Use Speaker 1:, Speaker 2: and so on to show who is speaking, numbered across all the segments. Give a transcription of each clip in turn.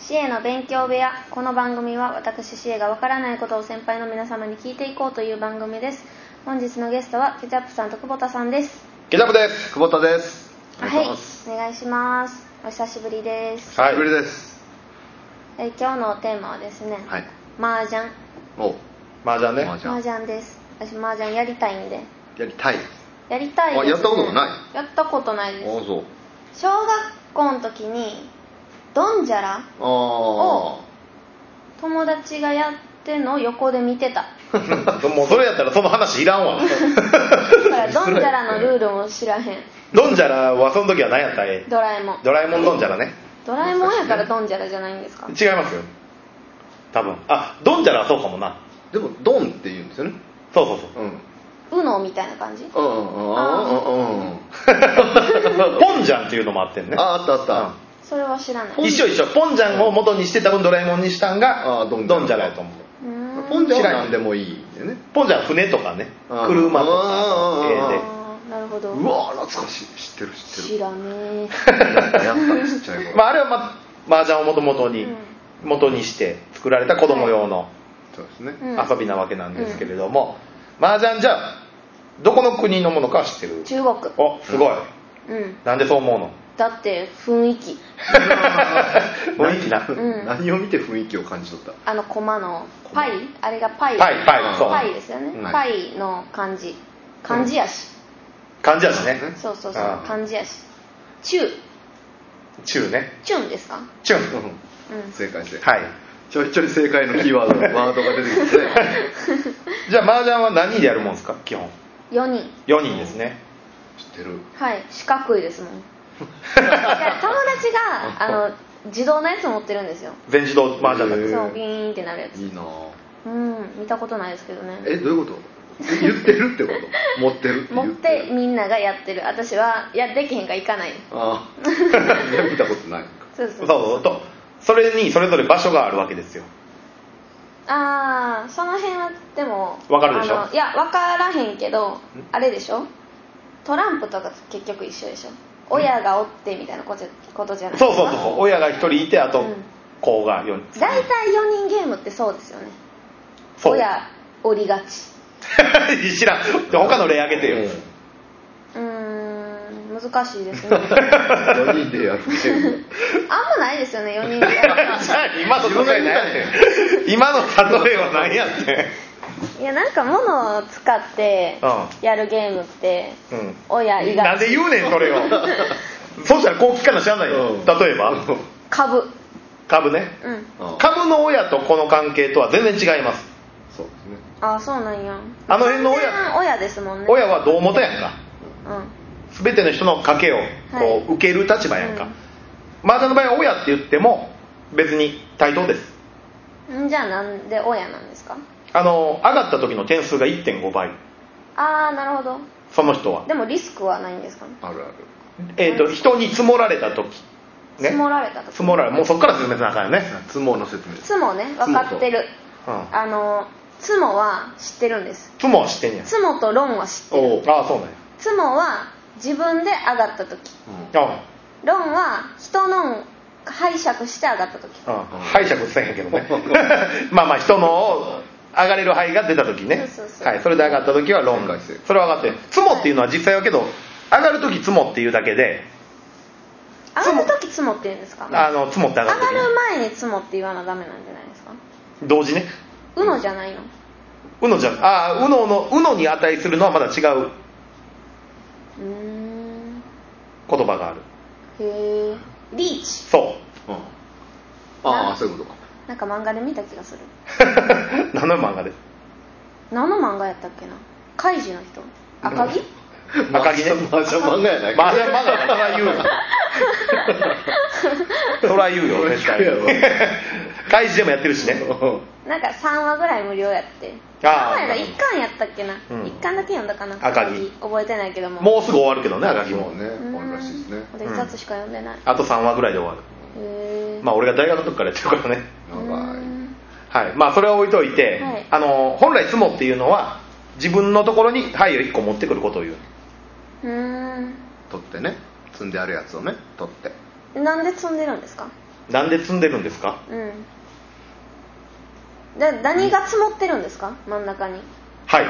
Speaker 1: シエの勉強部屋この番組は私シエがわからないことを先輩の皆様に聞いていこうという番組です本日のゲストはケチャップさんと久保田さんです
Speaker 2: ケチャップです久保田です
Speaker 1: はいお願いしますお久しぶりです、
Speaker 2: 久しぶりです
Speaker 1: え今日のテーマはですね、
Speaker 3: はい
Speaker 1: マージャン
Speaker 3: お
Speaker 2: 麻雀ね
Speaker 3: 麻雀
Speaker 1: マージャンです私マージャンやりたいんで
Speaker 3: やりたい
Speaker 1: やりたいです、
Speaker 3: あやったことがない
Speaker 1: やったことない
Speaker 3: あ
Speaker 1: で
Speaker 3: あ
Speaker 1: す
Speaker 3: そう
Speaker 1: 小学校の時にドンジャラ
Speaker 3: あ
Speaker 1: 友達がやってんのを横で見て た
Speaker 2: も うそれやったらその話いらん
Speaker 1: だ
Speaker 2: わ
Speaker 1: からドンジャラのルールも知らへん
Speaker 2: ドンジャラはその時は何やったらええ
Speaker 1: ドラえもん
Speaker 2: ドラえもんドンジャラね
Speaker 1: ドラえもんやからドンジャラじゃないんですか
Speaker 2: 違いますよ多分あドンジャラはそうかもな
Speaker 3: あでもドンって言うんですよね
Speaker 2: そうそうそう
Speaker 3: うんうん
Speaker 1: ウノみたいな感じ
Speaker 3: うんうんうんうん
Speaker 2: ポンジャンっていうのもあってんね
Speaker 3: ああったあった、
Speaker 1: それは知らない
Speaker 2: 一緒一緒ポンジャンを元にして多分ドラえもんにしたんが
Speaker 3: あードンジャラ
Speaker 2: ドンジャラやと思う
Speaker 1: うーん
Speaker 3: ポンジャは何でもいいんだよね
Speaker 2: ポンジャンは船とかね
Speaker 3: うん
Speaker 2: 車とか
Speaker 3: うん
Speaker 2: ええで
Speaker 1: あーなるほど
Speaker 3: うわー懐かしい知ってる知って
Speaker 1: 知らねえ
Speaker 3: るやったやったちっちゃい頃
Speaker 2: まああれはまあ麻雀をもともとに
Speaker 1: うん
Speaker 2: 元にして作られた子供用の
Speaker 3: そうですね、
Speaker 1: うん
Speaker 2: 遊びなわけなんですけれども、麻雀じゃあどこの国のものかは知ってる
Speaker 1: 中国
Speaker 2: おすごい、
Speaker 1: うん
Speaker 2: なんでそう思うの
Speaker 1: だって雰囲気
Speaker 2: 雰囲気なはい
Speaker 1: うん
Speaker 3: 何を見て雰囲気を感じ取った
Speaker 1: あのコマのパイあれがパイ
Speaker 2: はいそう
Speaker 1: パイですよね、
Speaker 2: うん
Speaker 1: パイの漢字漢字やし、
Speaker 2: 感じやしね
Speaker 3: うん
Speaker 1: そうそうそう
Speaker 2: あー
Speaker 1: 漢字やしチュー
Speaker 2: 中ね
Speaker 1: チュンですか
Speaker 2: チュン
Speaker 3: う
Speaker 1: うん
Speaker 3: ん正解正解、
Speaker 2: はい
Speaker 3: ちょいちょい正解のキー ワードワードが出てくるね
Speaker 2: じゃあ麻雀は何人でやるもんですか基本
Speaker 1: 4人
Speaker 2: 4人ですね
Speaker 3: 知ってる
Speaker 1: はい四角いです もんいや友達があの自動のやつ持ってるんですよ
Speaker 2: 全自動麻雀だ
Speaker 3: へ
Speaker 2: け
Speaker 3: ー
Speaker 2: ど
Speaker 1: そうビーンってなるやつ
Speaker 3: いいなあ
Speaker 1: うん見たことないですけどね
Speaker 3: えどういうことえ言ってるってこと持ってるって
Speaker 1: 持
Speaker 3: 言
Speaker 1: っ
Speaker 3: ってる
Speaker 1: てみんながやってる私はいやできへんから行かない
Speaker 3: ああいや見たことない
Speaker 1: そうそ
Speaker 2: そううそうとそれにそれぞれ場所があるわけですよ
Speaker 1: ああその辺はでも
Speaker 2: わかるでしょ
Speaker 1: あのいや分からへんけどあれでしょトランプとか結局一緒でしょ親がおってみたいなことことじゃない
Speaker 2: そうそうそうそう親が1人いてあと
Speaker 1: うん
Speaker 2: 子が4人
Speaker 1: 大体4人ゲームってそうですよね
Speaker 2: そう
Speaker 1: 親おりがち
Speaker 2: 知らん じゃあ他の例挙げてよ、
Speaker 1: うーん難しいです ねあん
Speaker 3: 4人でやるゲーム
Speaker 1: まないですよね4人でや る
Speaker 2: じゃあ今の例え何やねん今の例えは何やね
Speaker 1: いやなんか物を使ってやるゲームって
Speaker 2: んうん
Speaker 1: 親以
Speaker 2: な
Speaker 1: 外
Speaker 2: んで言うねんそれをそうしたらこう聞かなしゃあないよ、
Speaker 3: うん
Speaker 2: 例えば
Speaker 1: 株
Speaker 2: 株ね
Speaker 1: うん
Speaker 3: ああ
Speaker 2: 株の親と子の関係とは全然違います
Speaker 3: そうですね
Speaker 1: ああそうなんや
Speaker 2: あの辺の親
Speaker 1: 完全親ですもんね
Speaker 2: 親は胴元やんか
Speaker 1: うん
Speaker 2: 全ての人の賭けを
Speaker 1: はい
Speaker 2: こう受ける立場やんか、
Speaker 1: うん
Speaker 2: 麻雀の場合は親って言っても別に対等です
Speaker 1: んじゃあなんで親なんですか
Speaker 2: あの上がった時の点数が1.5倍
Speaker 1: ああなるほど
Speaker 2: その人は
Speaker 1: でもリスクはないんですかね
Speaker 3: あるある
Speaker 2: えっ、と人に積もられた時ね
Speaker 1: 積もられたと
Speaker 2: 積もられもうそっから説明せなあかんよね、
Speaker 3: 相撲の説明です
Speaker 1: つもね分かってる
Speaker 2: うん、
Speaker 1: あのつもは知ってるんです
Speaker 2: 積もしてんねや
Speaker 1: つもと論は知ってる
Speaker 2: おああそうなんや
Speaker 1: つもは自分で上がった時
Speaker 3: うん
Speaker 2: あ
Speaker 1: 論は人の拝借して上がった時
Speaker 2: ああ拝借せんへんけどねまあまあ人の上がれる範囲が出た時ね
Speaker 1: そうそうそう
Speaker 2: はいそれで上がった時は論
Speaker 3: 正
Speaker 2: 外
Speaker 3: 解正解
Speaker 2: それは上がってる積もっていうのは実際はけど上がる時積もっていうだけで
Speaker 1: 上がる時つもって言うんですか
Speaker 2: あの積もって上
Speaker 1: 上が
Speaker 2: がる時ね
Speaker 1: る前につもって言わなダメなんじゃないですか
Speaker 2: 同時ね
Speaker 1: うのじゃないの
Speaker 2: うのじゃああうののうのに値するのはまだ違う
Speaker 1: うーん
Speaker 2: 言葉がある
Speaker 1: へえリーチ
Speaker 2: そう
Speaker 3: うんああそういうことか
Speaker 1: なんか漫画で見た気がする
Speaker 2: 何の漫画で
Speaker 1: 何の漫画やったっけなカイジの人赤木
Speaker 2: 赤木ね
Speaker 3: マージャン漫画やない
Speaker 2: 麻雀漫画はそら言うよそら言うよ絶対
Speaker 3: そら言うや
Speaker 2: 開示でもやってるしね
Speaker 3: うん
Speaker 1: なんか3話ぐらい無料やって
Speaker 2: あ
Speaker 1: 3
Speaker 2: ー
Speaker 1: 話やから1巻やったっけな、
Speaker 2: うん
Speaker 1: 1巻だけ読んだかな
Speaker 2: 赤木
Speaker 1: 覚えてないけども
Speaker 2: もうすぐ終わるけどね赤木
Speaker 3: そう
Speaker 2: も
Speaker 3: ね
Speaker 1: う
Speaker 3: あるらしいですね
Speaker 1: で1冊しか読んでない、
Speaker 2: あと3話ぐらいで終わる
Speaker 1: へえ
Speaker 2: まあ俺が大学の時からやってるからね
Speaker 3: 長い
Speaker 2: はいまあそれは置いといて、
Speaker 1: はい
Speaker 2: あの本来相撲っていうのは自分のところに牌を1個持ってくることを言う
Speaker 1: うーん
Speaker 3: 取ってね積んであるやつをね取って
Speaker 1: なんで積んでるんですか
Speaker 2: なんで積んでるんですか
Speaker 1: うんだ何が積もってるんですか真ん中にい
Speaker 2: はい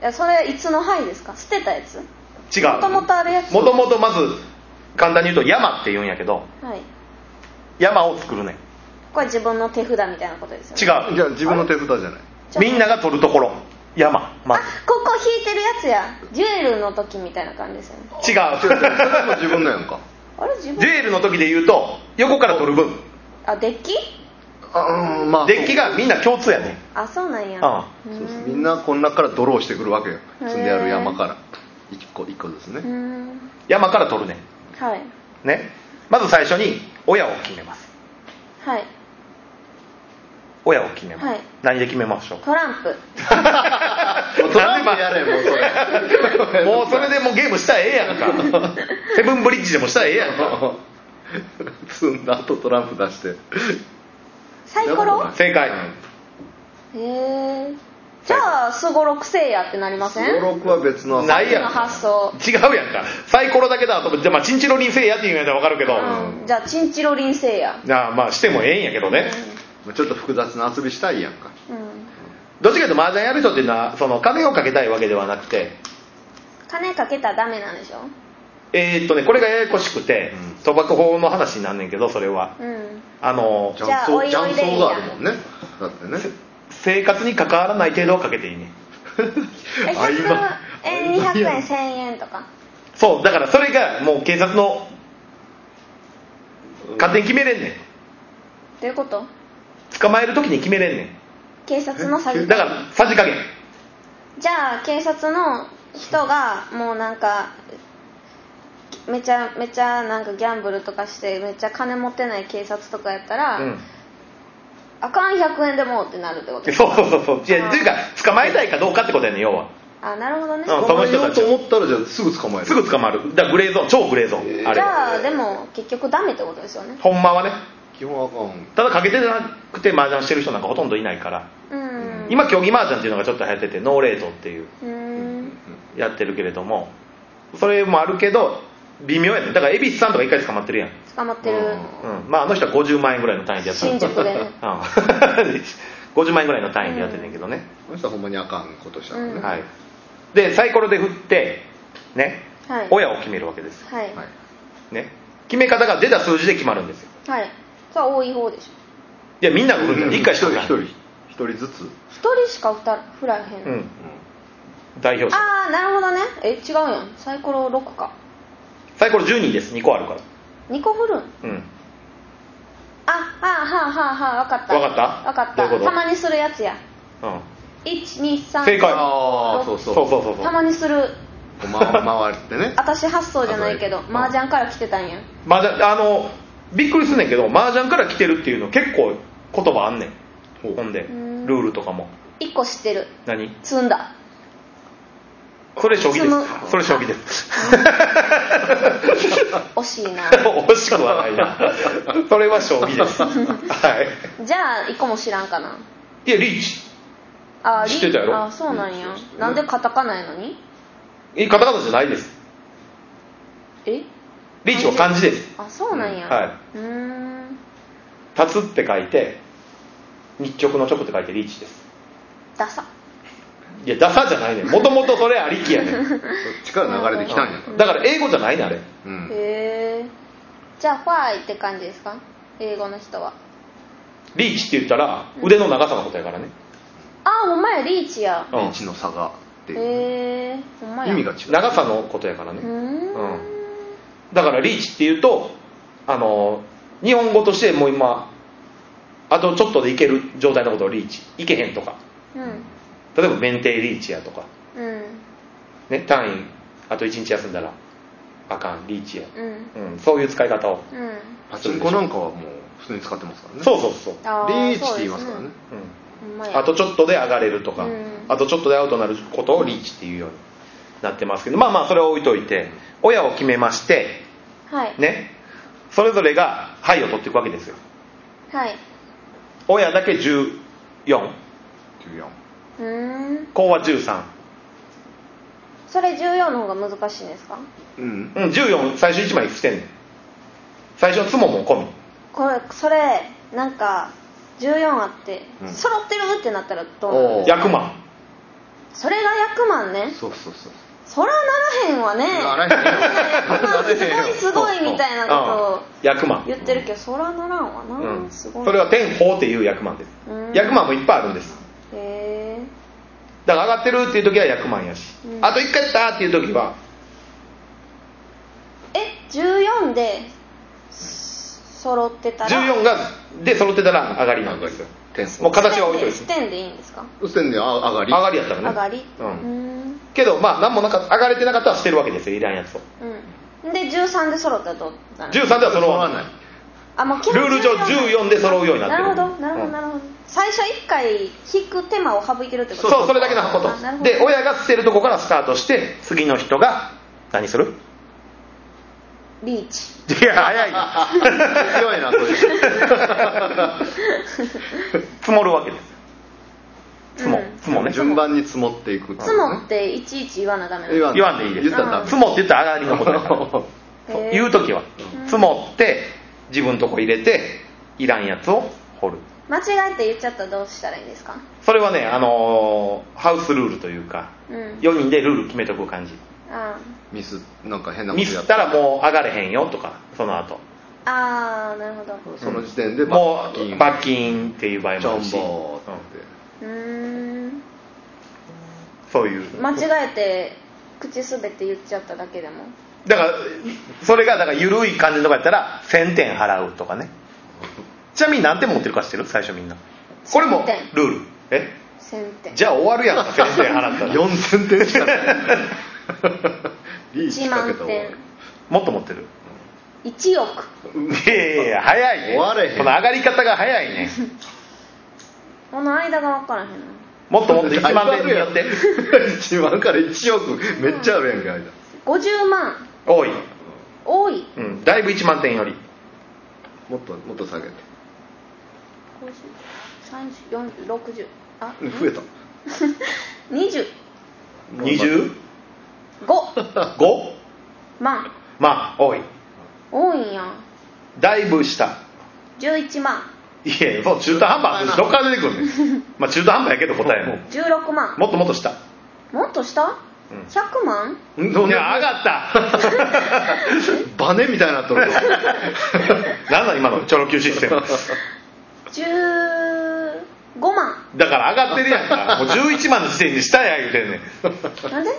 Speaker 1: やそれいつの範囲ですか捨てたやつも
Speaker 2: 違う
Speaker 1: ともとあるやつ
Speaker 2: もともとまず簡単に言うと山って言うんやけど
Speaker 1: はい
Speaker 2: 山を作るねん
Speaker 1: これ自分の手札みたいなことですよね
Speaker 2: 違う
Speaker 3: じゃあ自分の手札じゃない
Speaker 1: じゃあ
Speaker 2: みんなが取るところ山ま
Speaker 1: あ
Speaker 2: ず
Speaker 1: ここ引いてるやつやデュエルの時みたいな感じですよね
Speaker 2: 違
Speaker 3: 違う 違うそれ
Speaker 2: う
Speaker 3: も自分のやんか
Speaker 1: あれ自
Speaker 2: デュ
Speaker 1: 分
Speaker 2: エルの時で言うと横から取る分
Speaker 1: あデッキ
Speaker 3: あうんまあ
Speaker 2: デッキがみんな共通やねん
Speaker 1: あそうなんや
Speaker 2: あ
Speaker 1: う
Speaker 3: そう
Speaker 1: ーん
Speaker 3: そうそうみんなこの中からドローしてくるわけよ積んである山から一個一個です
Speaker 1: うー
Speaker 3: ね
Speaker 1: ん
Speaker 2: 山から取るねん
Speaker 1: はい
Speaker 2: ねまず最初に親を決めます
Speaker 1: はい
Speaker 2: 親を決めます、
Speaker 1: はい
Speaker 2: 何で決めましょう
Speaker 1: トランプ
Speaker 3: もうトランプやれもうそ れ
Speaker 2: もうそれでもうゲームしたらええや んかセブンブリッジでもしたらええやんか
Speaker 3: 積んだ後トランプ出して
Speaker 1: サイコロ
Speaker 2: 正解
Speaker 1: へえじゃあすごろくせいやってなりません
Speaker 3: 登録は別の
Speaker 2: ないや
Speaker 1: の
Speaker 2: ん
Speaker 1: 発想
Speaker 2: 違うやんかサイコロだけだとじゃあまあチンチロリンせいやって言うんやったら分かるけど、
Speaker 1: うんじゃあチンチロリンせいや
Speaker 2: じゃあまあしてもええんやけどね、
Speaker 3: ちょっと複雑な遊びしたいやんか
Speaker 1: うんうん
Speaker 2: どっちかというと麻雀やる人っていうのはその金をかけたいわけではなくて
Speaker 1: 金かけたらダメなんでしょ
Speaker 2: えーっとねこれがややこしくて、
Speaker 3: うん
Speaker 2: 賭博法の話になんねんけどそれは
Speaker 1: うん
Speaker 2: あの
Speaker 1: じゃあおいおいでいいや
Speaker 3: 雀荘があるもんねだってね
Speaker 2: 生活に関わらない程度をかけていいねん
Speaker 1: え
Speaker 3: あ
Speaker 1: 100円
Speaker 3: 今
Speaker 1: 200円1000円とか
Speaker 2: そうだからそれがもう警察の勝手に決めれんねん
Speaker 1: どういうこと
Speaker 2: 捕まえる時に決めれんね
Speaker 1: 警察の詐
Speaker 2: ん
Speaker 1: 欺
Speaker 2: だからさじ加減
Speaker 1: じゃあ警察の人がもうなんかめちゃめちゃなんかギャンブルとかしてめっちゃ金持ってない警察とかやったら、
Speaker 2: うん
Speaker 1: あかん100円でもってなるってことです
Speaker 2: そうそうそうそうい
Speaker 1: あ
Speaker 2: や
Speaker 1: ー
Speaker 2: というか捕まえたいかどうかってことやねん要は
Speaker 1: あなるほどね、
Speaker 2: うん
Speaker 3: 捕まえようと思ったらじゃあすぐ捕まえる
Speaker 2: すぐ捕まるだからグレーゾーン超グレーゾーンあ
Speaker 1: じ
Speaker 2: れは
Speaker 1: ゃあでも結局ダメってことですよね
Speaker 2: ほんまはね
Speaker 3: 基本あかん
Speaker 2: ただかけてなくて麻雀してる人なんかほとんどいないから
Speaker 1: うん
Speaker 2: 今競技麻雀っていうのがちょっと流行っててノーレートっていう
Speaker 1: うーん
Speaker 2: やってるけれどもそれもあるけど微妙やねんだから恵比寿さんとか一回捕まってるやん、
Speaker 1: 捕まってる、
Speaker 2: うんまあ、あの人は50万円ぐらいの単位でやった
Speaker 1: 新宿 でね
Speaker 2: うん 50万円ぐらいの単位でやってんねんけどね、
Speaker 3: この人はほんまにあかんことしたからね、
Speaker 1: うん
Speaker 3: はい
Speaker 2: はい、でサイコロで振ってね
Speaker 1: はい
Speaker 2: 親を決めるわけです、
Speaker 1: はい
Speaker 3: はい
Speaker 2: ね、決め方が出た数字で決まるんですよ
Speaker 1: はいそれは多い方でしょ
Speaker 2: いやみんなが振るんじゃない1回しか振
Speaker 3: 一
Speaker 2: ら
Speaker 3: 人
Speaker 2: ない、
Speaker 3: 一人一人ずつ、
Speaker 1: 一人しかふた振らへん、
Speaker 2: うん、代表者
Speaker 1: ああなるほどねえ違うやんサイコロ6か
Speaker 2: サイコロ10人です2個あるから
Speaker 1: 2個振るん
Speaker 2: うん
Speaker 1: あはあはあはあはあ分かった
Speaker 2: わかった
Speaker 1: わかっ
Speaker 2: どういうこ
Speaker 1: た
Speaker 2: と
Speaker 1: たまにするやつや
Speaker 2: うん
Speaker 1: 123
Speaker 2: 正解
Speaker 3: ああそう
Speaker 2: そ
Speaker 3: そう
Speaker 2: うそうそう
Speaker 1: たまにする
Speaker 3: 回回ってね
Speaker 1: 私発想じゃないけど
Speaker 3: あ
Speaker 1: 麻雀から来てたんや
Speaker 2: まあだ、あのびっくりすんねんけど麻雀から来てるっていうの結構言葉あんね
Speaker 3: ほ
Speaker 2: ん
Speaker 3: う
Speaker 2: ほんで
Speaker 1: うん
Speaker 2: ルールとかも
Speaker 1: 1個知ってる
Speaker 2: 何
Speaker 1: 積んだ
Speaker 2: それ将棋で
Speaker 1: その
Speaker 2: すそれ将棋です
Speaker 1: 惜し いな
Speaker 2: 惜しくはないなそれは将棋で すは
Speaker 1: じゃあ1個も知らんかない
Speaker 2: いやリーチ
Speaker 1: あーリ
Speaker 2: 知ってたやろ
Speaker 1: あーそうなんや
Speaker 3: うんそうそう
Speaker 1: なんでカタカナやのに
Speaker 2: いいカタカナじゃないです
Speaker 1: え
Speaker 2: リーチは漢字です
Speaker 1: あそうなんや、
Speaker 2: うんはいう
Speaker 1: ーん
Speaker 2: 「立つ」って書いて日直の直って書いてリーチです
Speaker 1: ダサ
Speaker 2: いやダサじゃないねんもともとそれありきやねん
Speaker 3: そっちから流れてきたんやから
Speaker 2: だから英語じゃないねんあれ
Speaker 3: うん
Speaker 1: へえじゃあファイって感じですか英語の人は
Speaker 2: リーチって言ったら腕の長さのことやからね
Speaker 1: ああほんまやリーチや
Speaker 2: うん
Speaker 3: 位置の差がっていう
Speaker 1: へえほんまや
Speaker 3: 意味が違う
Speaker 2: 長さのことやからね
Speaker 1: うーん
Speaker 2: だからリーチっていうとあの日本語としてもう今あとちょっとでいける状態のことをリーチいけへんとか
Speaker 1: うん
Speaker 2: 例えば免停リーチやとか、
Speaker 1: うん
Speaker 2: ね、単位あと1日休んだらあかんリーチや、
Speaker 1: うん
Speaker 2: うん、そういう使い方を
Speaker 1: うん
Speaker 3: パチンコなんかはもう普通に使ってますからね
Speaker 2: そうそうそう、
Speaker 1: あ
Speaker 3: リーチって言いますからね
Speaker 2: うん
Speaker 1: ほんまや
Speaker 2: あとちょっとで上がれるとか、
Speaker 1: うん
Speaker 2: あとちょっとでアウトになることをリーチっていうようになってますけどまあまあそれは置いといて親を決めまして
Speaker 1: はい、
Speaker 2: ねそれぞれが牌を取っていくわけですよ
Speaker 1: はい
Speaker 2: 親だけ14
Speaker 3: 14
Speaker 1: うーん
Speaker 2: 子は13
Speaker 1: それ14の方が難しいんですか
Speaker 3: うん
Speaker 2: うん14最初1枚来てんねん最初のツモも込み
Speaker 1: これそれなんか14あって、
Speaker 3: うん
Speaker 1: 揃ってるってなったらどうなる
Speaker 3: おー
Speaker 2: 役満
Speaker 1: それが100万ね
Speaker 3: そうそうそう
Speaker 1: そらならへんわね
Speaker 3: ならへんよ
Speaker 1: 100万すごいすごいみたいなことを
Speaker 2: うん役満
Speaker 1: 言ってるけどそらならんわな、
Speaker 2: うん
Speaker 1: すごい
Speaker 2: それは天宝っていう役満です
Speaker 1: うん
Speaker 2: 役満もいっぱいあるんです
Speaker 1: へえ
Speaker 2: だから上がってるっていう時は役満やし、
Speaker 1: うん
Speaker 2: あと1回やったーっていう時は
Speaker 1: え14です揃ってたら
Speaker 2: 14がで揃ってたら上がりなんですよ
Speaker 3: 点
Speaker 2: もう形は置いとい
Speaker 1: ス
Speaker 2: て
Speaker 1: テンでいいんですか
Speaker 3: そしてねあ上がり
Speaker 2: 上がりやったらね
Speaker 1: 上がり
Speaker 2: うん
Speaker 1: ん
Speaker 2: けどまあ何もなかった上がれてなかったらしてるわけですよいらんやつを
Speaker 1: うんで13で揃ったらどうなる
Speaker 2: 13で
Speaker 3: そ
Speaker 2: はそ
Speaker 3: れ
Speaker 2: の
Speaker 3: はない
Speaker 1: あもう基
Speaker 2: ル
Speaker 1: 本
Speaker 2: ール上14で揃うようになって
Speaker 1: なるほ
Speaker 2: る
Speaker 1: どなるほ
Speaker 2: う
Speaker 1: ど
Speaker 2: ん
Speaker 1: なるほど最初1回引く手間を省いてるってこと
Speaker 2: そうそれだけのこ
Speaker 1: あなるほど
Speaker 2: とで親が捨てるとこからスタートして次の人が何する
Speaker 1: リーチ
Speaker 2: いや早いな
Speaker 3: 強いなそれ
Speaker 2: 積もるわけです積も
Speaker 1: うん
Speaker 2: 積もね
Speaker 3: 順番に積もっていくって
Speaker 1: つもっていちいち言わなダメなの
Speaker 3: 言わ
Speaker 2: 言わんでいいです
Speaker 3: 言ったらダメ
Speaker 2: 積もって言ったら上がりのことだから
Speaker 3: そ
Speaker 1: へー
Speaker 2: 言う時は
Speaker 1: うん
Speaker 2: 積もって自分のとこ入れていらんやつを掘る
Speaker 1: 間違えて言っちゃったらどうしたらいいんですか
Speaker 2: それはねあのーハウスルールというか
Speaker 1: うん
Speaker 2: 4人でルール決めとく感じ
Speaker 1: あ
Speaker 3: うミスなんか変なこ
Speaker 2: ミ
Speaker 3: と
Speaker 2: ス
Speaker 3: や
Speaker 2: っ
Speaker 3: ったた
Speaker 2: らもう上がれへんよとかその後
Speaker 1: ーあーなるほどう
Speaker 3: その時点で
Speaker 2: も
Speaker 3: 罰金
Speaker 2: う罰金っていう場合
Speaker 3: ジ
Speaker 2: も
Speaker 3: ョ
Speaker 2: ある
Speaker 3: ン
Speaker 2: し
Speaker 3: ボーっ
Speaker 2: うん
Speaker 3: て
Speaker 1: ーん
Speaker 2: そういう
Speaker 1: 間違えて口すべて言っちゃっただけでも
Speaker 2: だからそれがだから緩い感じのとかやったら1000点払うとかねちなみに何点持ってるか知ってる最初みんなこれも
Speaker 1: 1000点
Speaker 2: ルールえ
Speaker 1: 1000点
Speaker 2: じゃあ終わるやんか1000点払ったら
Speaker 3: 4000点しか ないリーチ
Speaker 1: 1
Speaker 3: かけ
Speaker 1: 万
Speaker 3: た
Speaker 1: 点
Speaker 2: もっと持ってる
Speaker 1: 1億
Speaker 2: いやいやいや早いね
Speaker 3: 終われへん
Speaker 2: その上がり方が早い ね
Speaker 1: この間が分からへんの
Speaker 2: もっともっと1万点によって
Speaker 3: 1万から1億めっちゃあるやんけ間
Speaker 1: 50万
Speaker 2: 多い、
Speaker 1: 多い
Speaker 2: うん、だいぶ1万点より
Speaker 3: もっともっと下げて
Speaker 1: 50304060あ
Speaker 3: 増え た
Speaker 2: 25
Speaker 1: 25万
Speaker 2: まあ多い
Speaker 1: 多いんや
Speaker 2: だいぶ下
Speaker 1: 11万
Speaker 2: いやいやそう中途半端どっから出てくる ねまあ中途半端やけど答えも
Speaker 1: 16万
Speaker 2: もっともっと下
Speaker 1: もっとした
Speaker 2: うん
Speaker 1: 100万
Speaker 2: いや上が った
Speaker 3: バネみたいになっとるぞ
Speaker 2: なんだ今のチョロ Q システム
Speaker 1: 15万
Speaker 2: だから上がってるやんか もう11万の時点で下や言うてんねん
Speaker 1: なんで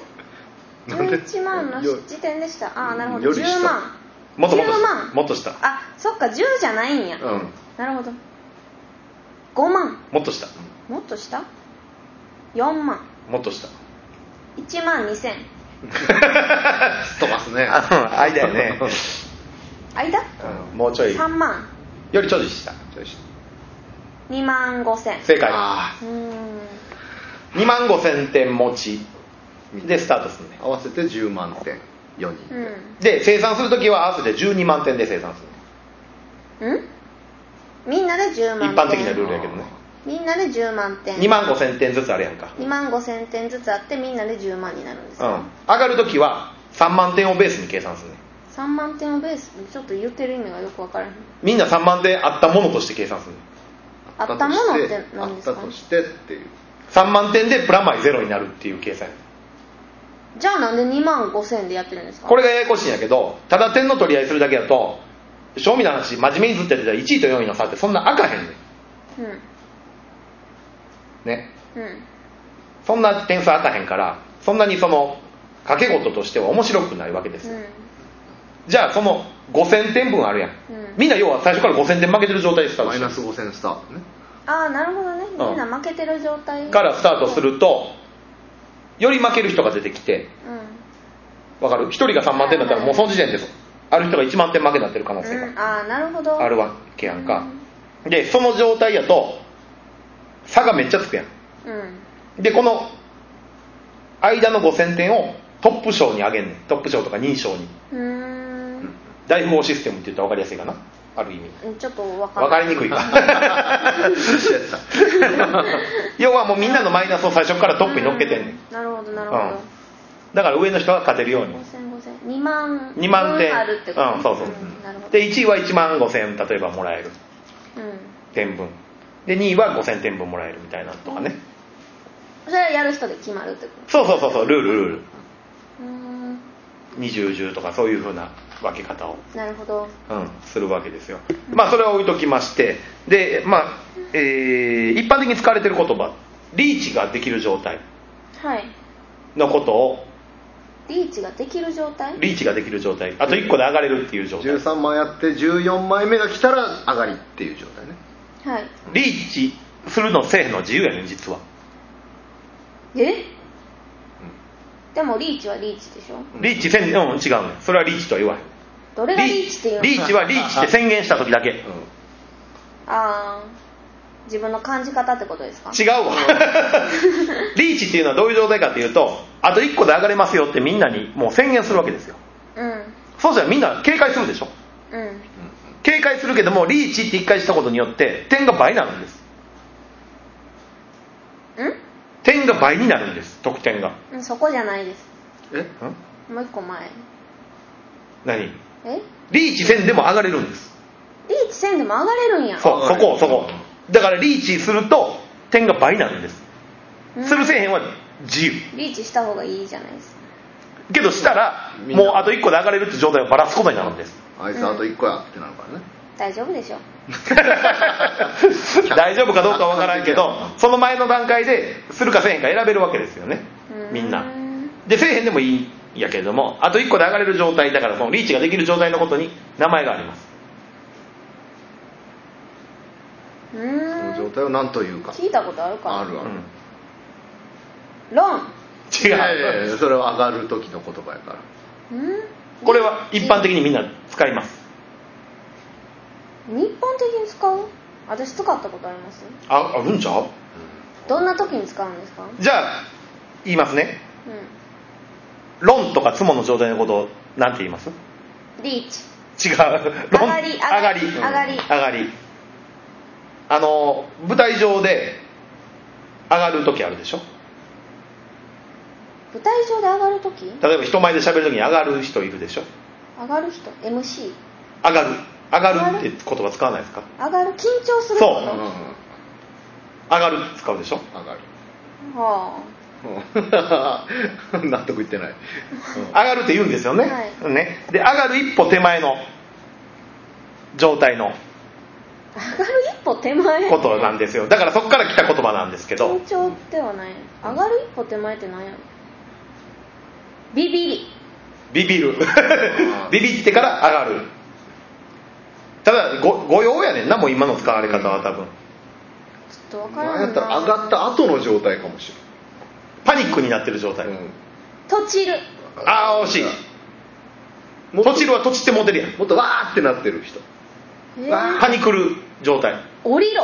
Speaker 3: なんで
Speaker 1: 11万の
Speaker 3: よ
Speaker 1: 時点でしたああなるほど
Speaker 3: より下
Speaker 1: 10万
Speaker 2: もっともっと
Speaker 1: 10
Speaker 2: 下
Speaker 1: 万
Speaker 2: もっと下
Speaker 1: あそっか10じゃないんや
Speaker 3: うん
Speaker 1: なるほど5万
Speaker 2: もっと下
Speaker 1: もっとした4万
Speaker 2: もっと下
Speaker 1: 1万2000
Speaker 3: 飛ばすね
Speaker 2: あうん間やね
Speaker 1: 間
Speaker 2: うんもうちょい
Speaker 1: 3万
Speaker 2: よりちょい下
Speaker 1: 2万5000
Speaker 2: 正解
Speaker 3: あ
Speaker 1: うーん
Speaker 2: 2万5000点持ちでスタートするね
Speaker 3: ー合わせて10万点4人
Speaker 1: う
Speaker 3: で、
Speaker 2: で生産するときは合わせて12万点で生産する
Speaker 1: んんみんなで10
Speaker 2: 一
Speaker 1: 万点
Speaker 2: 般的なルールやけどね
Speaker 1: みんなで10万点
Speaker 2: 2万5000点ずつあるやんか
Speaker 1: 2万5000点ずつあってみんなで10万になるんです
Speaker 2: うん
Speaker 1: よ、
Speaker 2: 上がるときは3万点をベースに計算するね
Speaker 1: 3万点をベースにちょっと言ってる意味がよく分からへん
Speaker 2: みんな3万点あったものとして計算するね
Speaker 1: あったものって
Speaker 3: あ
Speaker 1: 何
Speaker 3: っ
Speaker 1: です
Speaker 3: た
Speaker 1: か
Speaker 3: としてっていう
Speaker 2: 3万点でプラマイゼロになるっていう計算
Speaker 1: じゃあなんで2万5000でやってるんですか
Speaker 2: これがややこしいんやけどただ点の取り合いするだけだと正味の話真面目にずっとやってたら1位と4位の差ってそんな赤へんね
Speaker 1: うん
Speaker 2: んね
Speaker 1: うん
Speaker 2: そんな点数あかへんからそんなにその掛け事としては面白くないわけですよ、じゃあその5000点分あるやん、
Speaker 1: うん
Speaker 2: みんな要は最初から5000点負けてる状態でスタート
Speaker 3: マイナ
Speaker 2: す
Speaker 3: ス5000スタートね
Speaker 1: ああなるほどね
Speaker 2: ん
Speaker 1: みんな負けてる状態
Speaker 2: るからスタートするとより負ける人が出てきて
Speaker 1: う
Speaker 2: わかる1人が3万点だったらもうその時点ですある人が1万点負けになってる可能性
Speaker 1: ん、うん、
Speaker 2: が
Speaker 1: ああなるほど
Speaker 2: あるわけやんか、でその状態やと差がめっちゃつくやん
Speaker 1: うん
Speaker 2: でこの間の5000点をトップ賞に上げんねんトップ賞とか2位賞に
Speaker 1: うーん
Speaker 2: 大富豪システムって言ったら分かりやすいかなある意味
Speaker 1: うんちょっと分か
Speaker 2: 分
Speaker 1: んな
Speaker 2: か
Speaker 1: い
Speaker 2: りにく いか要はもうみんなのマイナスを最初からトップに乗っけてんねん
Speaker 1: うんなるほどなる
Speaker 2: う
Speaker 1: ほど
Speaker 2: んだから上の人が勝てるように
Speaker 1: 5000 5000 2万
Speaker 2: 2万点
Speaker 1: 分あるってこと、
Speaker 2: うんそうそう
Speaker 1: なるほど
Speaker 2: で1位は1万5000例えばもらえる
Speaker 1: うん、
Speaker 2: 点分で2位は5000点分もらえるみたいなのとかね
Speaker 1: それはやる人で決まるってこ
Speaker 2: そうそうそうそうルールルール
Speaker 1: とうーん
Speaker 2: 2010とかそういうふうな分け方を、
Speaker 1: なるほど
Speaker 2: うん、するわけですよまあそれは置いときましてでまあ、えー一般的に使われてる言葉リーチができる状態
Speaker 1: はい
Speaker 2: のことを
Speaker 1: リーチができる状態
Speaker 2: リーチができる状態あと1個で上がれるっていう状態
Speaker 3: 13枚やって14枚目が来たら上がりっていう状態ね
Speaker 1: はい
Speaker 2: リーチするのせえへんの自由やねん実は
Speaker 1: えでもリーチはリーチでしょ
Speaker 2: リーチせん、うん、違うねんそれはリーチとは言わへん
Speaker 1: どれがリーチっていうの
Speaker 2: リーチはリーチって宣言した時だけ違
Speaker 1: ああ自分の感じ方ってことですか
Speaker 2: う わリーチっていうのはどういう状態かっていうとあと1個で上がれますよってみんなにもう宣言するわけですよ
Speaker 1: うん
Speaker 2: そうじゃみんな警戒するでしょ
Speaker 1: うん
Speaker 2: 警戒するけどもリーチって1回したことによって点が倍になるんです
Speaker 1: うん
Speaker 2: 点が倍になるんです得点がん
Speaker 1: うんそこじゃないです
Speaker 3: うんえ
Speaker 1: もう一個前
Speaker 2: 何
Speaker 1: え
Speaker 2: リーチせんでも上がれるんです
Speaker 1: リーチせんでも上がれるんや
Speaker 2: そうそ
Speaker 3: 上がれ
Speaker 2: こ
Speaker 3: る
Speaker 2: そこだからリーチすると点が倍になるんです
Speaker 1: うん
Speaker 2: するせえへんは自由
Speaker 1: リーチした方がいいじゃないですか
Speaker 2: けどしたら
Speaker 3: みんな
Speaker 2: もうあと1個で上がれるって状態をばらすことになるんです
Speaker 3: あいつあと1個やってなるからね
Speaker 1: 大丈夫でしょ
Speaker 2: 大丈夫かどうかわからんけどその前の段階でするかせえへんか選べるわけですよね
Speaker 1: う
Speaker 2: みんな
Speaker 1: うん
Speaker 2: でせえへんでもいいんやけれどもあと1個で上がれる状態だからそのリーチができる状態のことに名前があります
Speaker 1: う
Speaker 3: その
Speaker 1: ー
Speaker 3: 状
Speaker 1: ん
Speaker 3: 態を何というか
Speaker 1: 聞いたことあるか
Speaker 3: あるあ
Speaker 2: う
Speaker 3: る、
Speaker 2: ん
Speaker 1: ロン
Speaker 2: 違う
Speaker 3: いやいやいやそれは上がる時の言葉やから
Speaker 1: うん
Speaker 2: これは一般的にみんな使います
Speaker 1: 日本的に使う私使ったことあります
Speaker 2: ああるんちゃう
Speaker 1: どんな時に使うんですか
Speaker 2: じゃあ言いますね
Speaker 1: う
Speaker 2: 論とかツモの状態のことをなんて言います
Speaker 1: んリーチ
Speaker 2: 違う論
Speaker 1: 上がり
Speaker 2: 上がり
Speaker 1: 上がり
Speaker 2: うん上がりあの舞台上で上がる時あるでしょ
Speaker 1: 舞台上で上がる時
Speaker 2: 例えば人前で喋る時に上がる人いるでしょ
Speaker 1: 上がる人 MC
Speaker 2: 上がる上がるって言葉使わないですか
Speaker 1: 上がる緊張すること
Speaker 2: そう
Speaker 3: うんうん
Speaker 1: は
Speaker 2: 上がるって使うでしょ
Speaker 3: 上がる
Speaker 1: あ
Speaker 3: うん 納得いってない、
Speaker 2: 上がるって言うんですよね,、
Speaker 1: は
Speaker 2: ねで上がる一歩手前の状態の
Speaker 1: 上がる一歩手前
Speaker 2: ことなんですよだからそこから来た言葉なんですけど
Speaker 1: 緊張ではない上がる一歩手前って何やろビビり
Speaker 2: ビビるビビってから上がるただごご用やねんなもう今の使われ方は多
Speaker 1: ちょっ
Speaker 2: 分
Speaker 1: とわ
Speaker 3: うん、
Speaker 1: から
Speaker 3: なん
Speaker 1: な
Speaker 3: やったら上がった後の状態かもし
Speaker 2: パニックになってる状態、
Speaker 3: れない、うん
Speaker 1: とちる
Speaker 2: ああ惜しい
Speaker 3: もっと
Speaker 2: とちるはとちってモテるやん
Speaker 3: もっとわーってなってる人
Speaker 1: え
Speaker 3: わ
Speaker 1: ー
Speaker 2: パニクる状態
Speaker 1: 降りろ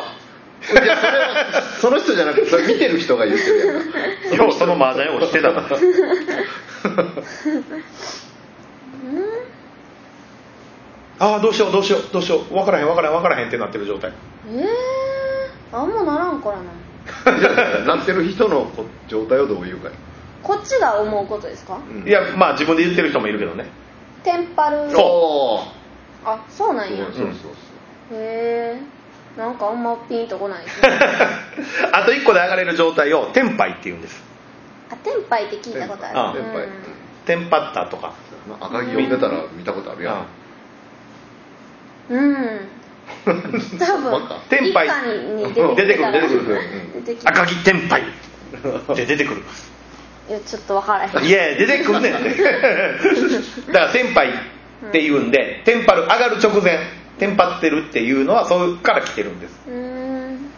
Speaker 3: いやそれは その人じゃなくてそれ見てる人が言ってるや ん
Speaker 2: ようその麻雀をしてたなああどうしようどうしようどうしよう分からへん分からへん分からへんってなってる状態
Speaker 1: えー、あんまならんからない
Speaker 3: やなってる人のこ状態をどう言うかよ
Speaker 1: こっちが思うことですか
Speaker 3: うん
Speaker 2: いやまあ自分で言ってる人もいるけどね
Speaker 1: テンパる
Speaker 3: そ
Speaker 1: あそうな
Speaker 3: うそ
Speaker 1: んや
Speaker 3: うそうそう
Speaker 1: へえなんかあんまピンとこないですね
Speaker 2: あと1個で上がれる状態をテンパイって言うんです
Speaker 1: あテンパイって聞いたことある
Speaker 3: 先輩、
Speaker 1: う
Speaker 3: うんん
Speaker 2: テンパったとか
Speaker 3: まあ赤木呼んでたら見たことあるやん、
Speaker 1: うん多分
Speaker 3: バカ
Speaker 2: テンパイ
Speaker 1: 一家に出てきたら
Speaker 2: 出てくる
Speaker 3: 出
Speaker 1: 出てきた
Speaker 2: 赤木テンパイって出てくる
Speaker 1: いやちょっとわからへん
Speaker 2: いや出てくんねんってだからテンパイって言うんで、テンパる上がる直前テンパってるっていうのはそれから来てるんです、
Speaker 1: うーん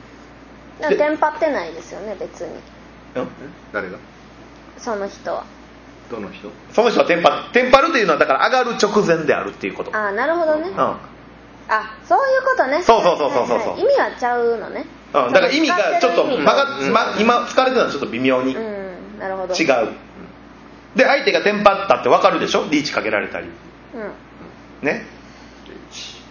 Speaker 1: でもテンパってないですよね別に
Speaker 2: うん
Speaker 3: 誰が
Speaker 1: その人は
Speaker 3: どの人
Speaker 2: その人はテンパテンパるっていうのはだから上がる直前であるっていうこと、
Speaker 1: ああなるほどね
Speaker 2: うん、
Speaker 1: あそういうことね
Speaker 2: そうそうそうそうそう
Speaker 1: はいはい意味はちゃうのね
Speaker 2: うんだから意味がちょっ
Speaker 1: 使
Speaker 2: と
Speaker 1: てる意味
Speaker 2: 曲が、ま今使われてるのはちょっと微妙に違う、
Speaker 1: うんなるほど
Speaker 2: で相手がテンパったって分かるでしょリーチかけられたり
Speaker 1: うん
Speaker 2: ね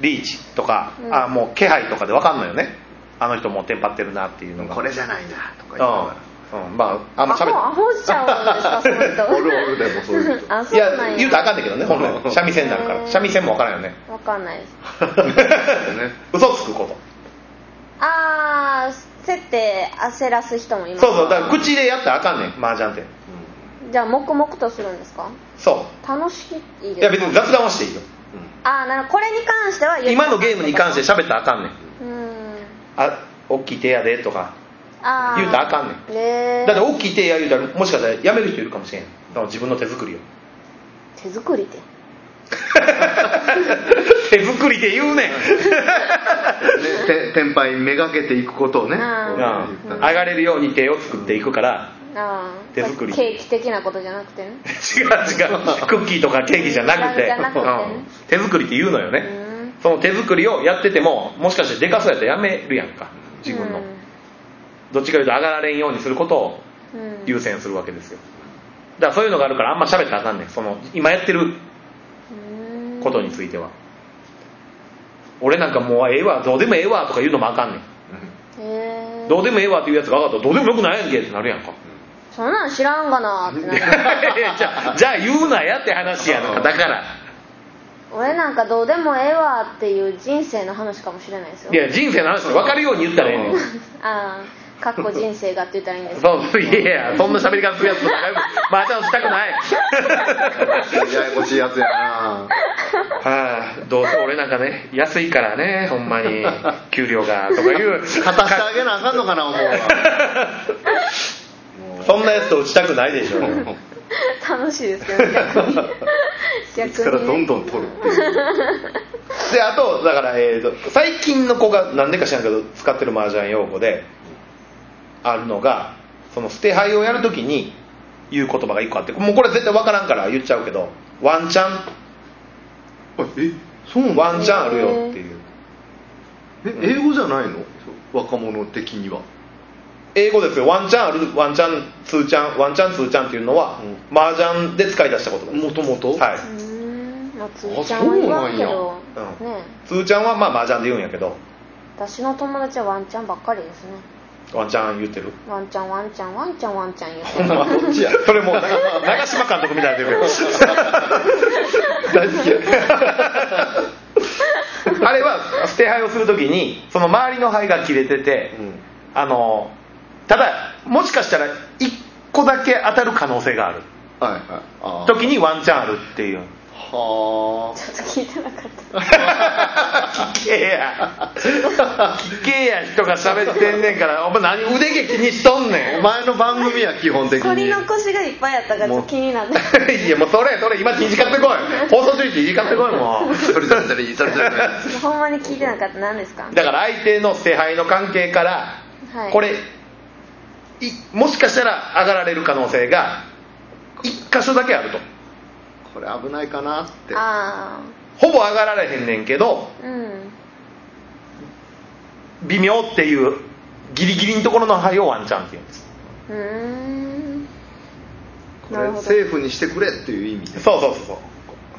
Speaker 2: リーチとか、
Speaker 1: うん
Speaker 2: あもう気配とかで分かんのよねあの人もうテンパってるなっていうのが
Speaker 3: これじゃないなとか言いなが
Speaker 2: うん
Speaker 3: ら
Speaker 2: うん、まああんま
Speaker 1: アホ
Speaker 2: 喋
Speaker 1: アホちゃうんですかその人
Speaker 3: おるおるでもそういう人
Speaker 1: あ
Speaker 2: い
Speaker 1: そうなん
Speaker 2: や
Speaker 1: や
Speaker 2: 言うたらあかんねんけどね本来三味線になるか
Speaker 1: へ
Speaker 2: ら
Speaker 1: ー
Speaker 2: 三味線もわからん よね
Speaker 1: わかんないです
Speaker 3: ね
Speaker 2: 嘘つくこと
Speaker 1: ああせって焦らす人もいます
Speaker 2: そうそうだから口でやったらあかんねん麻雀って
Speaker 1: じゃあ黙々とするんですか
Speaker 2: そ
Speaker 1: 楽しいです
Speaker 2: う
Speaker 1: か
Speaker 2: いや別に雑談はしていいよ
Speaker 1: ああなるほどこれに関しては言って
Speaker 2: 今のゲームに関して喋ったらあかんねん
Speaker 1: うん
Speaker 2: あ大きい手やでとか
Speaker 1: ああ
Speaker 2: 言うたらあかんねん
Speaker 1: ねえ
Speaker 2: だって大きい手や言うたらもしかしたらやめる人いるかもしれんだから自分の手作りを
Speaker 1: 手作りで
Speaker 2: 手作りって言うねん
Speaker 3: ねて 天杯めがけていくことをね
Speaker 1: うん
Speaker 3: こ
Speaker 2: なあ
Speaker 3: う言
Speaker 2: 上
Speaker 3: った
Speaker 2: がれるように手を作っていくから
Speaker 1: ああ
Speaker 2: 手作り
Speaker 1: ケーキ的なことじゃなくてね
Speaker 2: 違う違うクッキーとかケーキじゃなくて
Speaker 1: じゃなくてね
Speaker 2: うん手作りって言うのよ
Speaker 1: う
Speaker 2: ね
Speaker 1: ん
Speaker 2: その手作りをやっててももしかしてでかそうやったらやめるやんか 自分のどっちかいうと上がられんようにすることを
Speaker 1: うん
Speaker 2: 優先するわけですよだからそういうのがあるからあんま喋ったらあかんねんその今やってる
Speaker 1: うん
Speaker 2: ことについては俺なんかもうええわどうでもええわとか言うのもあかんねん
Speaker 1: へえ
Speaker 2: どうでもええわっていうやつが分かったらどうでもよくないやんけってなるやんか
Speaker 1: そんなん知らんがなってなる
Speaker 2: い や じゃあじゃあ言うなやって話やなだから
Speaker 1: 俺なんかどうでもええわっていう人生の話かもしれないですよ
Speaker 2: いや人生の話で分かるように言ったらええねん
Speaker 1: ああかっこ人生がって言ったらいいんですけ ど
Speaker 2: そういやいやそんな喋り方するやつと仲良くまたしたく ない
Speaker 3: うんややこしいやつやな
Speaker 2: はあ、どうせ俺なんかね安いからねほんまに給料がとかいう
Speaker 3: 勝たしてあげなあかんのかな思うわもう
Speaker 2: そんなやつと打ちたくないでしょ
Speaker 1: 楽しいですけ どね逆に逆
Speaker 3: いつからどんどん取るっていう
Speaker 2: であとだから、えーと最近の子が何でか知らんけど使ってる麻雀用語であるのがその捨て牌をやるときに言う言葉が1個あってもうこれ絶対分からんから言っちゃうけどワンチャン
Speaker 3: あえそうなの
Speaker 2: ワンチャンあるよっていう
Speaker 3: え英語じゃないの若者的には
Speaker 2: 英語ですよワンチャンあるワンチャンツーチャンワンチャンツーチャンっていうのは、麻雀で使い出した言葉です
Speaker 3: もともと
Speaker 2: はいう
Speaker 1: ーんまあつーちゃんは言わんけど
Speaker 2: あそうなんやうん
Speaker 1: ね
Speaker 2: ツーちゃんはまあ麻雀で言うんやけど
Speaker 1: 私の友達はワンちゃんばっかりですね
Speaker 2: ワンチャン言ってる
Speaker 1: ワンちゃんワンちゃんワンちゃんワンちゃん言って
Speaker 2: ほんまどっ ちやそれもう長長嶋監督みたいな出る大好き あれは捨て牌をするときにその周りの牌が切れてて、
Speaker 3: うん
Speaker 2: あのただもしかしたら一個だけ当たる可能性がある
Speaker 3: はいはいあー
Speaker 2: 時にワンチャンあるっていう
Speaker 3: は
Speaker 1: ちょっと聞いてなかっ た
Speaker 2: 聞けや 聞けや人が喋ってんねんからお前何腕毛気にしとんねん
Speaker 3: あお前の番組は基本的
Speaker 1: 反り
Speaker 3: に
Speaker 1: 残しがいっぱいあったからちょっと気になって
Speaker 2: いやもうそれそれ今時間ってこい放送中に時間ってこいもう
Speaker 3: それそれそれそれそれ
Speaker 1: ほんまに聞いてなかった何ですか
Speaker 2: だから相手の手配の関係から、
Speaker 1: はい
Speaker 2: これいもしかしたら上がられる可能性が1箇所だけあると
Speaker 3: これ危ないかなって
Speaker 1: あ
Speaker 2: ほぼ上がられへんねんけど
Speaker 1: あうん
Speaker 2: 微妙っていうギリギリのところの配をワンチャンって言うんです
Speaker 1: うーん
Speaker 3: こ
Speaker 1: な
Speaker 3: れ
Speaker 1: るほど
Speaker 3: 政府にしてくれっていう意味で
Speaker 2: そうそうそうそう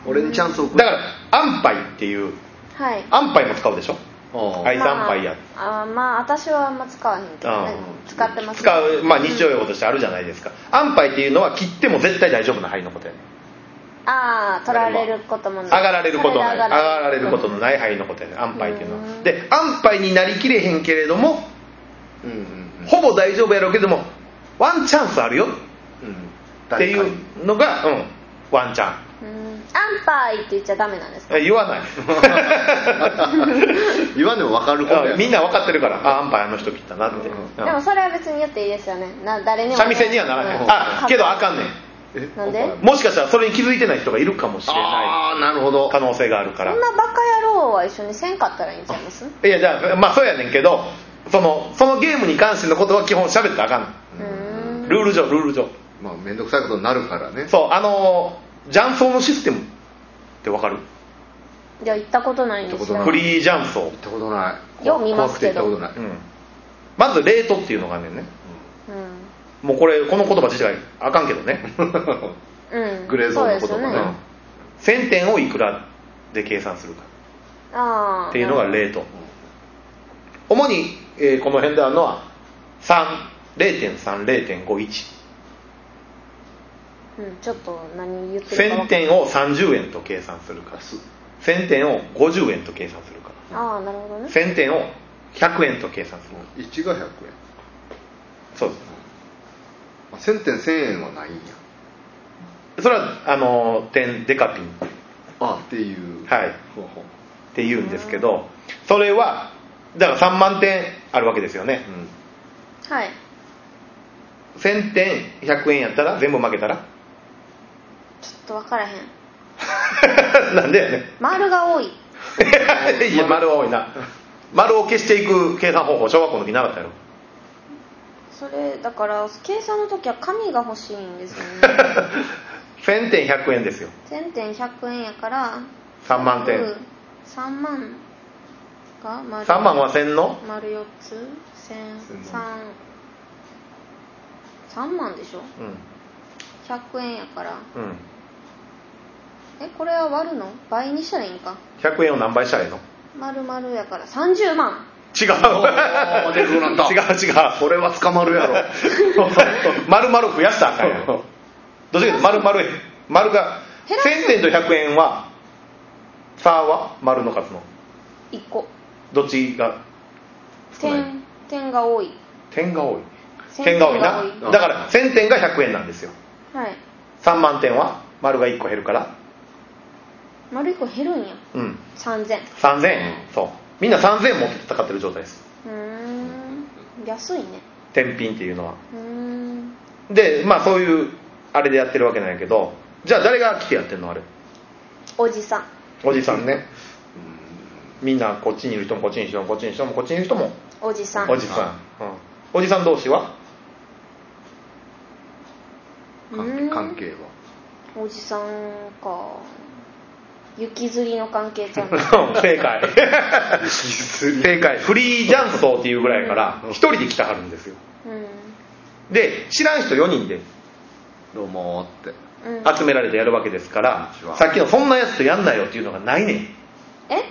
Speaker 3: 俺にチャンスをくれ
Speaker 2: だから安牌っていう
Speaker 1: はい
Speaker 2: 安牌も使うでしょ
Speaker 3: あ
Speaker 2: は
Speaker 3: ー
Speaker 2: い
Speaker 1: まあ
Speaker 2: アンパイア
Speaker 1: あーまあ私はあんま使わへんけどね
Speaker 2: う
Speaker 1: 使ってますね
Speaker 2: 使う、まあ、日常用語としてあるじゃないですか安牌っていうのは切っても絶対大丈夫な牌のことやね
Speaker 1: ああ取られることもな
Speaker 2: 上
Speaker 1: い
Speaker 2: がられることのない上
Speaker 1: そ
Speaker 2: が
Speaker 1: で
Speaker 2: られることのない範囲のことやね安牌っていうの
Speaker 1: う
Speaker 2: は
Speaker 1: ん
Speaker 2: で安牌になりきれへんけれども
Speaker 3: うんうん
Speaker 2: ほぼ大丈夫やろうけどもワンチャンスあるよ
Speaker 3: うんうん
Speaker 2: って
Speaker 3: 誰
Speaker 2: い
Speaker 3: かに
Speaker 2: うのが、うん、ワンチャン
Speaker 1: うんアンパイって言っちゃダメなんですか
Speaker 2: え言わない
Speaker 3: 言わんでも分かること
Speaker 2: う
Speaker 3: や
Speaker 2: んみんな分かってるからあ安牌あの人切ったなって、
Speaker 3: うん
Speaker 2: うん
Speaker 1: でもそれは別に言っていいですよねな誰にも
Speaker 2: 三味線にはならへん、
Speaker 1: う
Speaker 2: あけどあかんねん
Speaker 3: え
Speaker 1: なんで
Speaker 3: お前
Speaker 2: もしかしたらそれに気づいてない人がいるかもしれない
Speaker 3: ああなるほど
Speaker 2: 可能性があるから
Speaker 1: そんなバカ野郎は一緒にせんかったらいいんちゃいますう
Speaker 2: いやじゃあまあそうやねんけどそのそのゲームに関してのことは基本喋ったらあかん
Speaker 1: ーん
Speaker 2: ルール上ルール上
Speaker 3: まあ面倒くさいことになるからね
Speaker 2: そうあのージャンソーのシステムってわかる
Speaker 1: いや行ったことないんですけど
Speaker 3: 行った
Speaker 2: フ
Speaker 3: こ
Speaker 2: リージャンソー
Speaker 3: 行ったことない
Speaker 1: よう見ますけど
Speaker 3: 怖くて行ったこと
Speaker 2: う
Speaker 3: ない、
Speaker 2: んまずレートっていうのがあんねんね
Speaker 1: うん
Speaker 2: もうこれこの言葉自体あかんけどね
Speaker 1: うん
Speaker 3: グレーゾーンの
Speaker 1: そうですよ
Speaker 3: 言葉ね
Speaker 2: 1000点をいくらで計算するか
Speaker 1: ああ
Speaker 2: っていうのがレート主に、えーこの辺であるのは3 0.30.51
Speaker 1: うん、ちょっと何言ってるか分
Speaker 2: 1000
Speaker 1: かんない
Speaker 2: 点を30円と計算するか1000点を50円と計算するか
Speaker 1: ああなるほどね
Speaker 2: 1000点を100円と計算するか
Speaker 3: 1が100円
Speaker 2: そうで
Speaker 3: あ1000点1000円はないんや
Speaker 2: すそれはあの点デカピンっ
Speaker 3: あっていう
Speaker 2: はい
Speaker 3: ほうほう
Speaker 2: て言うんですけどそれはだから3万点あるわけですよね
Speaker 3: うん
Speaker 1: はい
Speaker 2: 1000点100円やったら全部負けたら
Speaker 1: ちょっと分からへん
Speaker 2: なんでやね
Speaker 1: 丸が多い
Speaker 2: いや丸は多いな丸を消していく計算方法小学校の時習ったやろ
Speaker 1: それだから計算の時は紙が欲しいんですよね
Speaker 2: 1000点100円ですよ
Speaker 1: 1000点100円やから
Speaker 2: 3万点
Speaker 1: 3万が丸
Speaker 2: 3万は1000の
Speaker 1: 丸4つ千
Speaker 3: 千
Speaker 1: 三三万でしょ
Speaker 2: う
Speaker 1: 100円やから
Speaker 2: んうん
Speaker 1: えこれは割るの倍にしたらいいんか
Speaker 2: 100円を何倍したらいいの
Speaker 1: 丸々やから30万
Speaker 2: 違
Speaker 3: おー出てこな かった
Speaker 2: う 違う違う
Speaker 3: これは捕まる やろ
Speaker 2: 丸々増やしたらあかんや んどっちかというと丸々丸が
Speaker 1: 減らす
Speaker 2: 1000点と100円は差は丸の数の
Speaker 1: 1個
Speaker 2: どっちが少ない
Speaker 1: 点点が多い
Speaker 2: 点が多い
Speaker 1: 千
Speaker 2: 点が多いな
Speaker 1: 点が
Speaker 3: 多い
Speaker 2: だから1000点が100円なんですよ
Speaker 1: はい
Speaker 2: 3万点は丸が1個減るから
Speaker 1: 丸1個減るんや
Speaker 2: うん
Speaker 1: 3000
Speaker 2: 3000円そうみんな3000円持って戦ってる状態です
Speaker 1: うーん安いね
Speaker 2: 天品っていうのは
Speaker 1: うーん
Speaker 2: でまあそういうあれでやってるわけなんやけどじゃあ誰が来てやってんのあれ
Speaker 1: おじさん
Speaker 2: おじさんねみんなこっちにいる人もこっちにいる人もこっちにいる人もこっちにいる人も
Speaker 1: おじさん
Speaker 2: おじさん、うんおじさん同士は
Speaker 3: う
Speaker 1: うー
Speaker 3: ん
Speaker 1: ん
Speaker 3: 関係関係は
Speaker 1: おじさんか雪吊りの関係ちゃん
Speaker 2: うん 正解正解フリージャンソーっていうぐらいやから一人で来たはるんですよ
Speaker 1: う
Speaker 2: で知らん人4人で
Speaker 3: どうもーって
Speaker 1: ん、うん、
Speaker 2: 集められてやるわけですか
Speaker 3: こ
Speaker 2: ら
Speaker 3: んにちは
Speaker 2: さっきの「そんなやつとやんなよ」っていうのがないねん
Speaker 1: え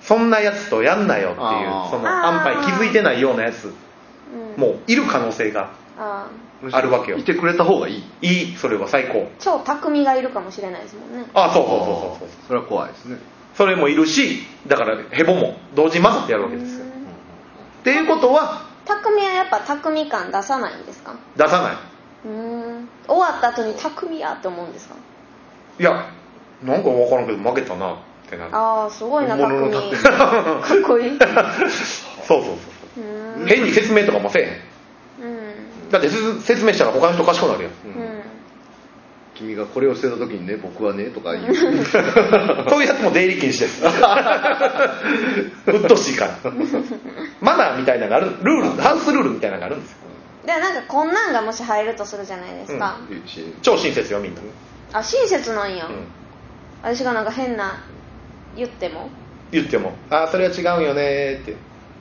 Speaker 2: そんなやつとやんなよっていう
Speaker 3: あー
Speaker 2: その
Speaker 1: あ
Speaker 2: 安
Speaker 1: ー
Speaker 2: 牌気づいてないようなやつ
Speaker 1: うん
Speaker 2: もういる可能性が
Speaker 1: ああ
Speaker 2: あるわけよ
Speaker 3: いてくれた方がいい
Speaker 2: いいそれは最高
Speaker 1: 超匠がいるかもしれないですもんね
Speaker 2: あそうそうそうそうそう
Speaker 3: それは怖いですね
Speaker 2: それもいるしだからヘボも同時に混ざってやるわけですよ
Speaker 1: う
Speaker 3: うん
Speaker 1: ん
Speaker 2: っていうことは
Speaker 1: 匠はやっぱ匠感出さないんですか
Speaker 2: 出さな
Speaker 1: うーん終わった後に匠やって思うんですか
Speaker 2: いいやなんか分からんけど負けたなってなる
Speaker 1: ああすごいな
Speaker 3: 本物
Speaker 1: 匠
Speaker 3: の匠
Speaker 1: かっこいいう
Speaker 2: そうそうそう
Speaker 1: ーん
Speaker 2: 変に説明とかもせえへ
Speaker 1: うん
Speaker 2: んだってせ説明したら他の人賢くなるやん
Speaker 3: う
Speaker 1: うんん
Speaker 3: 君がこれを捨てた時にね僕はねとか言う
Speaker 2: そういうやつも出入り禁 止ですうっとうしいからマナーみたいなのがあるルールハウスルールみたいなのがあるんですよ
Speaker 1: でなんかこんなんがもし入るとするじゃないですか、
Speaker 3: いうシーン
Speaker 2: 超親切よみんな、
Speaker 1: あ親切なんや、
Speaker 2: うん
Speaker 1: 私がなんか変な言っても
Speaker 2: 言っても「ああそれは違うんよね」って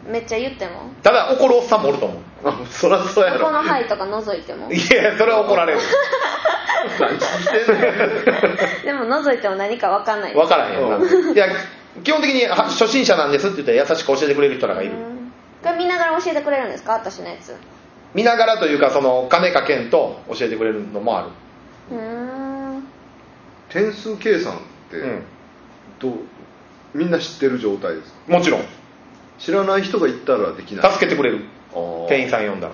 Speaker 1: めっちゃ言っても
Speaker 2: ただ怒るおっさんもおると思う
Speaker 3: あ そらそうや
Speaker 1: ここ
Speaker 3: ろ
Speaker 1: の灰とか覗いても
Speaker 2: いやそれは怒ら れる
Speaker 3: 何してんねん
Speaker 1: でも覗いても何か分かんない
Speaker 2: 分からへんよないや基本的には初心者なんですって言ったら優しく教えてくれる人らがいる
Speaker 1: うんこれ見ながら教えてくれるんですか私のやつ
Speaker 2: 見ながらというかその金かけんと教えてくれるのもある
Speaker 1: うーん
Speaker 3: 点数計算って、
Speaker 2: うん
Speaker 3: どうみんな知ってる状態ですか
Speaker 2: もちろん
Speaker 3: 知らない人が行ったらできない
Speaker 2: 助けてくれる店員さん呼んだら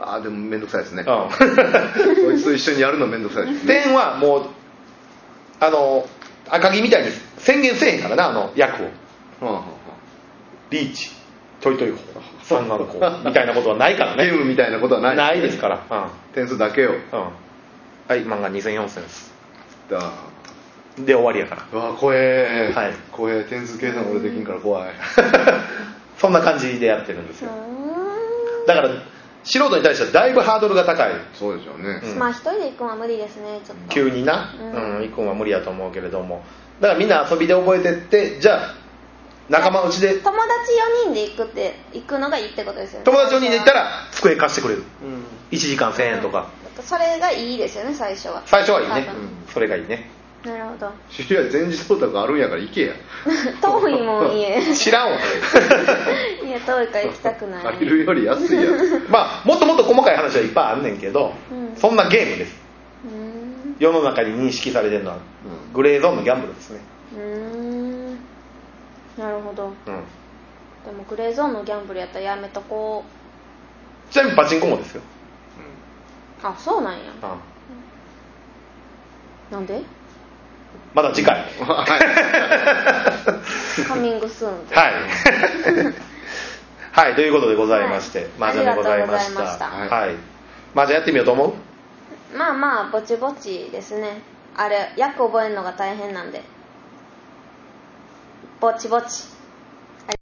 Speaker 3: あーでも面倒くさいですね
Speaker 2: うん
Speaker 3: こいつと一緒にやるの面倒くさいですね
Speaker 2: 店員はもうあの赤木みたいに宣言せえへんからなあの役を
Speaker 3: はあは
Speaker 2: リーチちょいちょい法そんなのこうみたいなことは ないから
Speaker 3: あゲ
Speaker 2: ね
Speaker 3: ームみたいなことはない
Speaker 2: ないですからうん
Speaker 3: 点数だけを
Speaker 2: うんはい漫画2004選です
Speaker 3: だ
Speaker 2: で終わりやから
Speaker 3: うわ怖え、
Speaker 2: はい
Speaker 3: 怖え点数計算俺できんから怖い
Speaker 2: そんな感じでやってるんです
Speaker 1: う
Speaker 2: よ
Speaker 1: ー
Speaker 2: だから素人に対してはだいぶハードルが高い
Speaker 3: そうでしょうね、
Speaker 2: うん
Speaker 1: んまあ一人で行くのは無理ですねちょっと
Speaker 2: 急にな
Speaker 1: うん
Speaker 2: うんいくんは無理やと思うけれどもだからみんな遊びで覚えてってじゃあ仲間内で
Speaker 1: 友達4人で行くって行くのがいいってことですよね
Speaker 2: 友達4人で行ったら机貸してくれる1時間1000円とか
Speaker 1: それがいいですよね最初は
Speaker 2: 最初はいいね
Speaker 1: 多分
Speaker 2: うんそれがいいね
Speaker 1: なるほど
Speaker 3: 知り合い前日到宅あるんやから行けや
Speaker 1: 遠いもん家
Speaker 2: 知らんわ
Speaker 1: 家遠 いから行きたくない
Speaker 3: 借りるより安いやつ
Speaker 2: まあもっともっと細かい話はいっぱいあんねんけど、
Speaker 1: うん
Speaker 2: そんなゲームです
Speaker 1: うーん
Speaker 2: 世の中に認識されてるのはグレーゾーンのギャンブルですね、
Speaker 1: うーんなるほど
Speaker 2: うん、
Speaker 1: でもグレーゾーンのギャンブルやったらやめとこ
Speaker 2: ちなみにパチンコもですよ、
Speaker 1: うあそうなんや
Speaker 2: うん、
Speaker 1: なんで
Speaker 2: まだ次回
Speaker 1: カミングスー ンで
Speaker 2: はい はいということでございまして、
Speaker 1: はい
Speaker 2: 麻雀でございました
Speaker 1: ありがとう
Speaker 3: ございました
Speaker 2: はい、麻雀やってみようと思う
Speaker 1: まあまあぼちぼちですねあれ役覚えるのが大変なんでぼちぼち